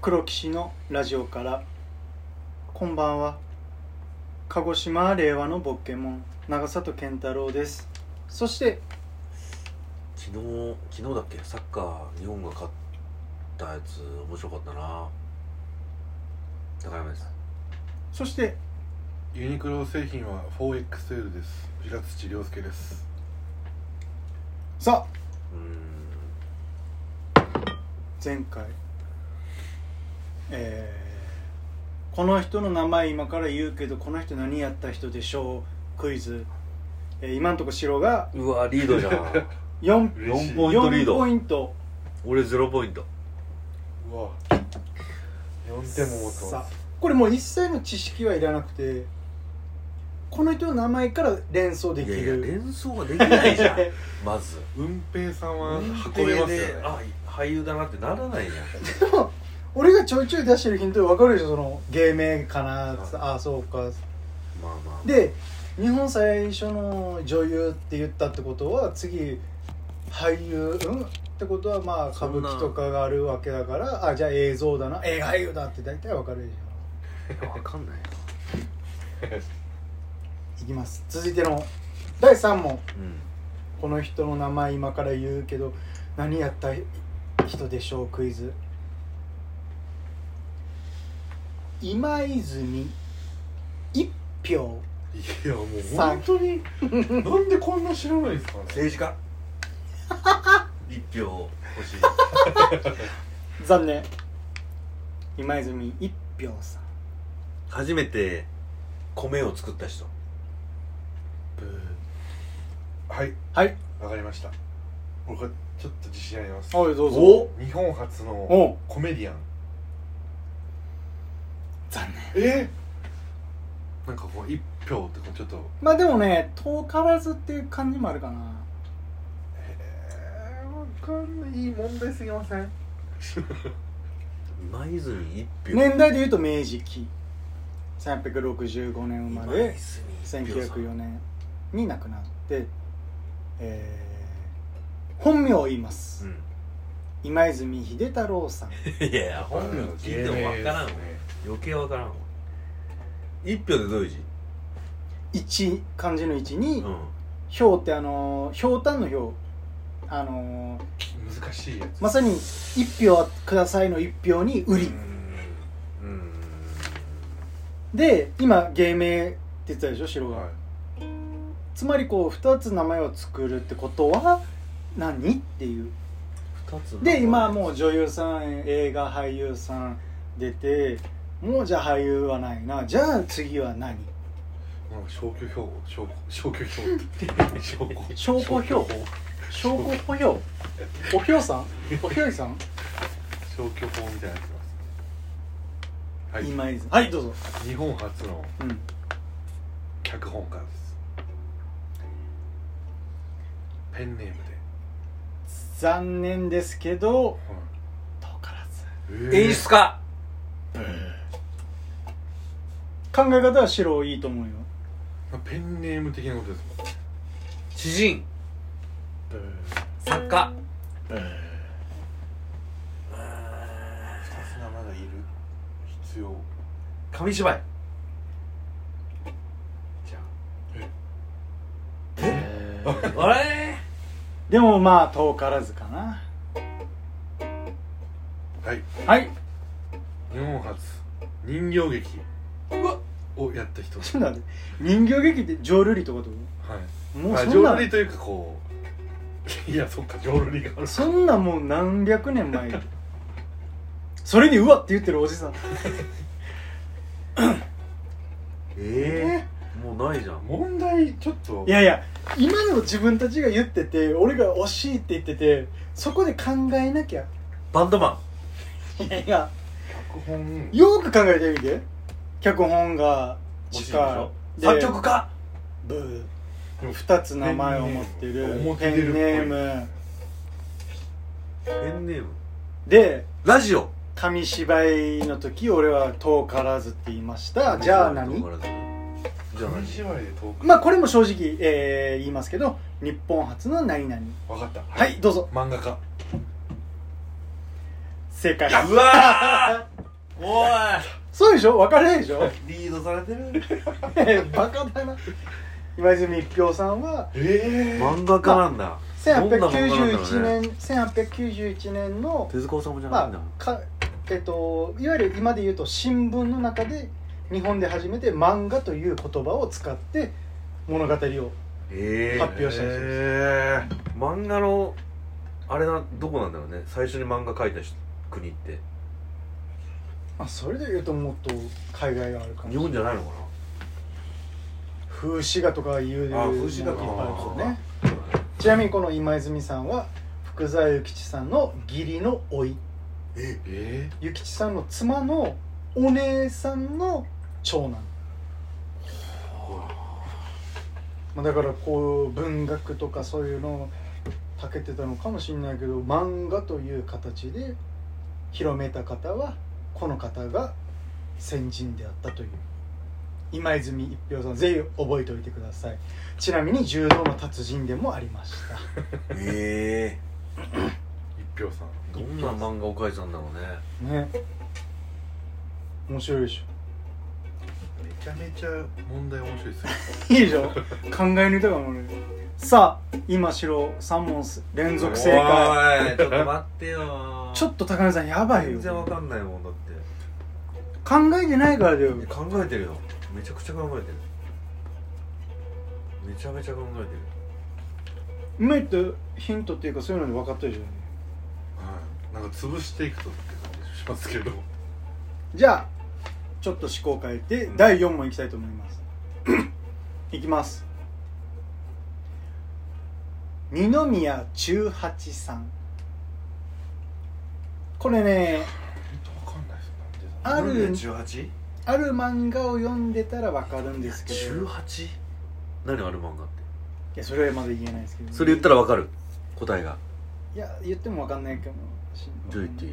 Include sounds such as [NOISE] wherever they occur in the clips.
黒騎士のラジオからこんばんは鹿児島令和のボッケモン長里健太郎ですそして昨日昨日だっけサッカー日本が勝ったやつ面白かったな高山ですそしてユニクロ製品は 4XL です平土亮介ですさあうーん前回えーこの人の名前今から言うけどこの人何やった人でしょうクイズ、えー今んとこ白がうわリー [LAUGHS] ドじゃん 4, 嬉しい四ポイントリード4ポイント俺ゼロポイントうわ4点も持ってさまあすこれもう一切の知識はいらなくてこの人の名前から連想できいやいやる連想ができないじ [LAUGHS] ゃんまず運平さんは運べ運べまますすよよねねあ俳優だなってならないじゃでも俺がちょいちょい出してるヒントで分かるでしょその芸名かなっつってああそうかんまあまあで日本最初の女優って言ったってことは次俳優うんってことはまあ歌そ舞んな伎とかがあるわけだからあじゃあ映像だな映画俳優だって大体わかるでし分かんないなょいきます続いての第3問うんこの人の名前今から言うけど何やった人でしょうクイズ今泉一票いやもう本当になんでこんな知らないんですかね政 [LAUGHS] 治家一票欲しい残念今泉一票さん初めて米を作った人ブーはいはいわかりました僕はちょっと自信ありますはいどうぞお日本初のおコメディアン残念えー、なんかこう一票ってこうちょっとまあでもね遠からずっていう感じもあるかなえー、わかんないいい問題すぎません今泉一票年代でいうと明治期1865年生ま今れ泉一票さん1904年に亡くなって、えー本名を言います、うん [LAUGHS] 今泉秀太郎さんいやいや本人聞いても分からんわ芸名ですね余計分からんわ一票でどういう字一漢字の一うにん「ひょう」ってあのひょうたんのひょうあのー難しいやつまさに「一票ください」の一票に「売り」うんうんで今芸名って言ってたでしょ白が、はいつまりこう2つ名前を作るってことは何っていう二つで今はもう女優さん映画俳優さん出てもうじゃあ俳優はないなじゃあ次は何なんか消去表消消去表って証拠証拠表証拠歩票おひょうさんおひょいさん消去法みたいなやつなんですね今泉はいどうぞ、はい日本初のうん、脚本家ですペンネームで、残念ですけどは遠からずい演出家考え方は白いいと思うよまあペンネーム的なことですもん詩人作家二つ名前がいる必要紙芝居じゃああれでもまあ遠からずかなはいはい日本初人形劇うわをやった人ちょっと待って人形劇って浄瑠璃とかってこはいともうまあそん浄瑠な璃というかこういやそっか浄瑠璃があるそんなもう何百年前よそれにうわって言ってるおじさんええもうないじゃん問題ちょっといやいや今の自分たちが言ってて俺が惜しいって言っててそこで考えなきゃバンドマいやいや脚本よく考えてみて脚本がンしかか作曲家ブー2つ名前を持ってるペペンンネネーームムペンネームでラジオ紙芝居の時俺は「遠からず」って言いましたじゃあ何どうからだろうじゃない紙芝居でトークまあこれも正直、えー言いますけど日本初の何々わかったはい、どうぞ漫画家正解うわー [LAUGHS] おそうでしょ分からないでしょいリードされてる [LAUGHS] バカだな今泉一平さんはええ漫画家なんだどんな漫画なんだろ1891うね年1891年の手塚治虫じゃないまんだ、あかえっと、いわゆる今で言うと新聞の中で日本で初めて漫画という言葉を使って物語をええ発表した人ですええ漫画のあれなどこなんだろうね最初に漫画描いた人国ってまあ、それで言うともっと海外があるかもしれない日本じゃないのかな風刺画とかいうあ風刺画のがいっぱいあるんですよあねちなみにこの今泉さんは福沢諭吉さんの義理の甥いえ諭吉さんの妻のお姉さんの長男まあだからこう文学とかそういうのをたけてたのかもしれないけど漫画という形で広めた方はこの方が先人であったという今泉一平さんぜひ覚えておいてくださいちなみに柔道の達人でもありましたええ一票さんどんな漫画を描いてたんだろうねね面白いでしめちゃめちゃ問題面白いですよょいいでしょ考え抜いたかもねさあ今城3問連続正解おいちょっと待ってよちょっと高根さんやばいよ全然わかんないもんだって考えてないからだよ考えてるよめちゃくちゃ考えてるめちゃめちゃ考えてる今言ったヒントっていうかそういうので分かったでしょはいなんか潰していくとって感じしますけどじゃあちょっと思考変えて第4問いきたいと思います [CLEARS THROAT] いきます二宮中八さんこれねわかんないですなんである 18? ある漫画を読んでたら分かるんですけどい 18? 何ある漫画ってやそれはまだ言えないですけど、それ言ったらわかる答えがいや言っても分かんないかもしじれないゃあ言っていい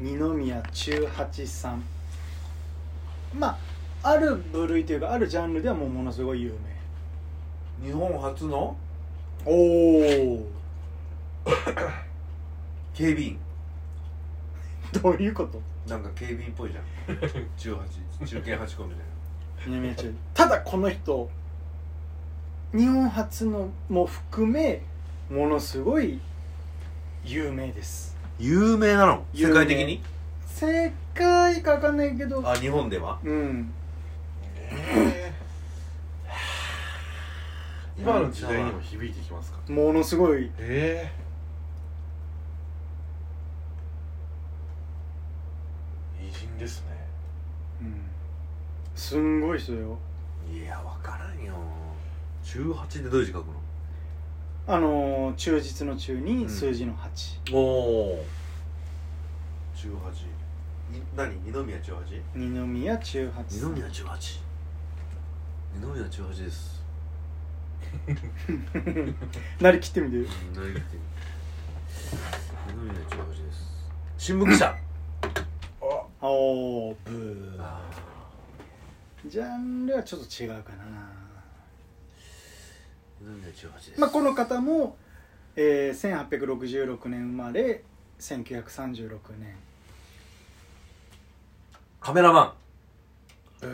二宮中八さんまあある部類というかあるジャンルではもうものすごい有名日本初のおお警備員どういうことなんか警備員っぽいじゃん18中堅8個みたいな二宮 [LAUGHS] 中ただこの人日本初のも含めものすごい有名です有名なの有世名界的に正解かわかんないけどあ日本ではうん今の時代にも響いてきますかものすごいええ偉人ですねうんすんごい人だよいやわからんよ18でどういう字書くあのー忠実の中に数字の8、のおお18に何二宮 18? 二宮中八二さん宮十八。二宮十八です。なりきってみて二宮十八です。新聞記者。おーブージャンルはちょっと違うかな二宮十八です。まあこの方も、えー、1866年生まれ1936年カメラマン。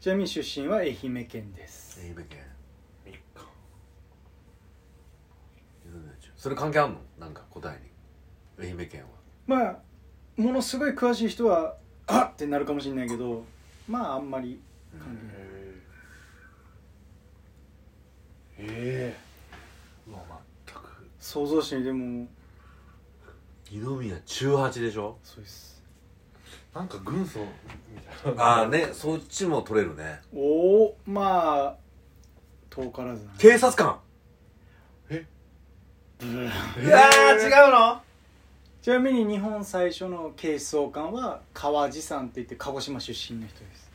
ちなみに出身は愛媛県です愛媛県。 3日二宮十八。それ関係あんの？なんか答えに。愛媛県は。まあものすごい詳しい人はあっってなるかもしれないけどまああんまり関係ないええええうわ全く想像してみても二宮十八でしょ？そうですなんか軍曹みたいなああね、そっちも取れるね。おおまあ遠からずだね警察官。いやー違うの？ちなみに日本最初の警視総監は川地さんって言って鹿児島出身の人です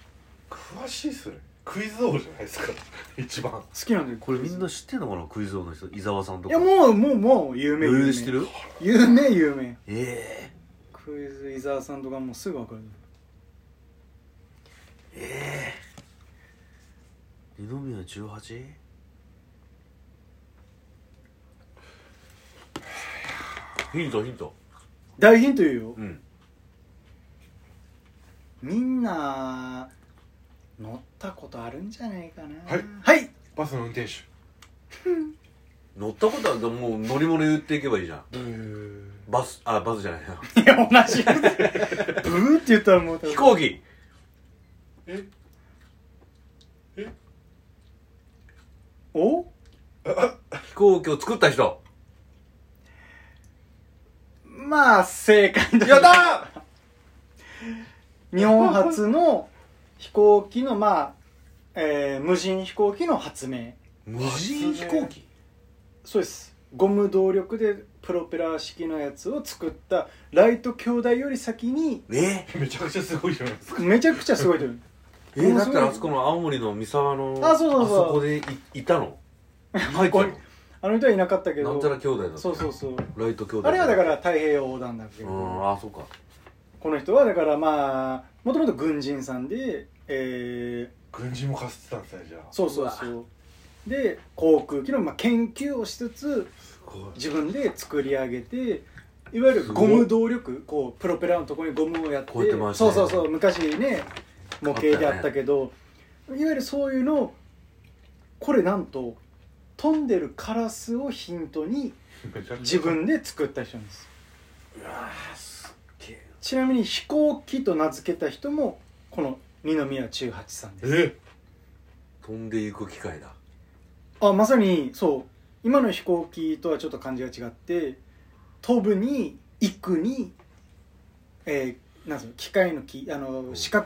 詳しいっすねクイズ王じゃないですか [LAUGHS] 一番好きなんでこれみんな知ってんのかなクイズ王の人伊沢さんといか。やもうもうもう有名余裕で知ってる？有名有名ええクイズ伊沢さんとかもうすぐ分かる二宮 18? ヒントヒント大ヒント言うようんみんな乗ったことあるんじゃないかなはいはいバスの運転手乗ったことはもう乗り物言っていけばいいじゃんバスあバスじゃないないや同じやつブーって言ったらもう多分飛行機えお飛行機を作った人まあ正解だやったー日本初の飛行機のまあ、えー無人飛行機の発明無人飛行機そうですゴム動力でプロペラ式のやつを作ったライト兄弟より先にえめちゃくちゃすごいじゃないですかめちゃくちゃすごいと [LAUGHS] 思うえー、だったらあそこの青森の三沢のあそうそうそうあそこでいいた [LAUGHS] の入ってこたにあの人はいなかったけどのなんちゃら兄弟だったそうそうそうライト兄弟あれはだから太平洋横断だけうど、んあそうかこの人はだからまあもともと軍人さんで、え軍人もかすってたんですねじゃー、あそうそうそうで航空機の、まあ、研究をしつつすごい自分で作り上げていわゆるすごゴいム動力こうプロペラのところにゴムをやってこうやって回してそうそうそう昔ね模型であったけどいわゆるそういうのをこれなんと飛んでるカラスをヒントにめちゃくち自ゃ分で作った人なんですうわーすっげえちなみに飛行機と名付けた人もこの二宮中八さんですえ飛んでいく機械だあまさにそう今の飛行機とはちょっと感じが違って飛ぶに行くに、えーなんすか機械の機あの四角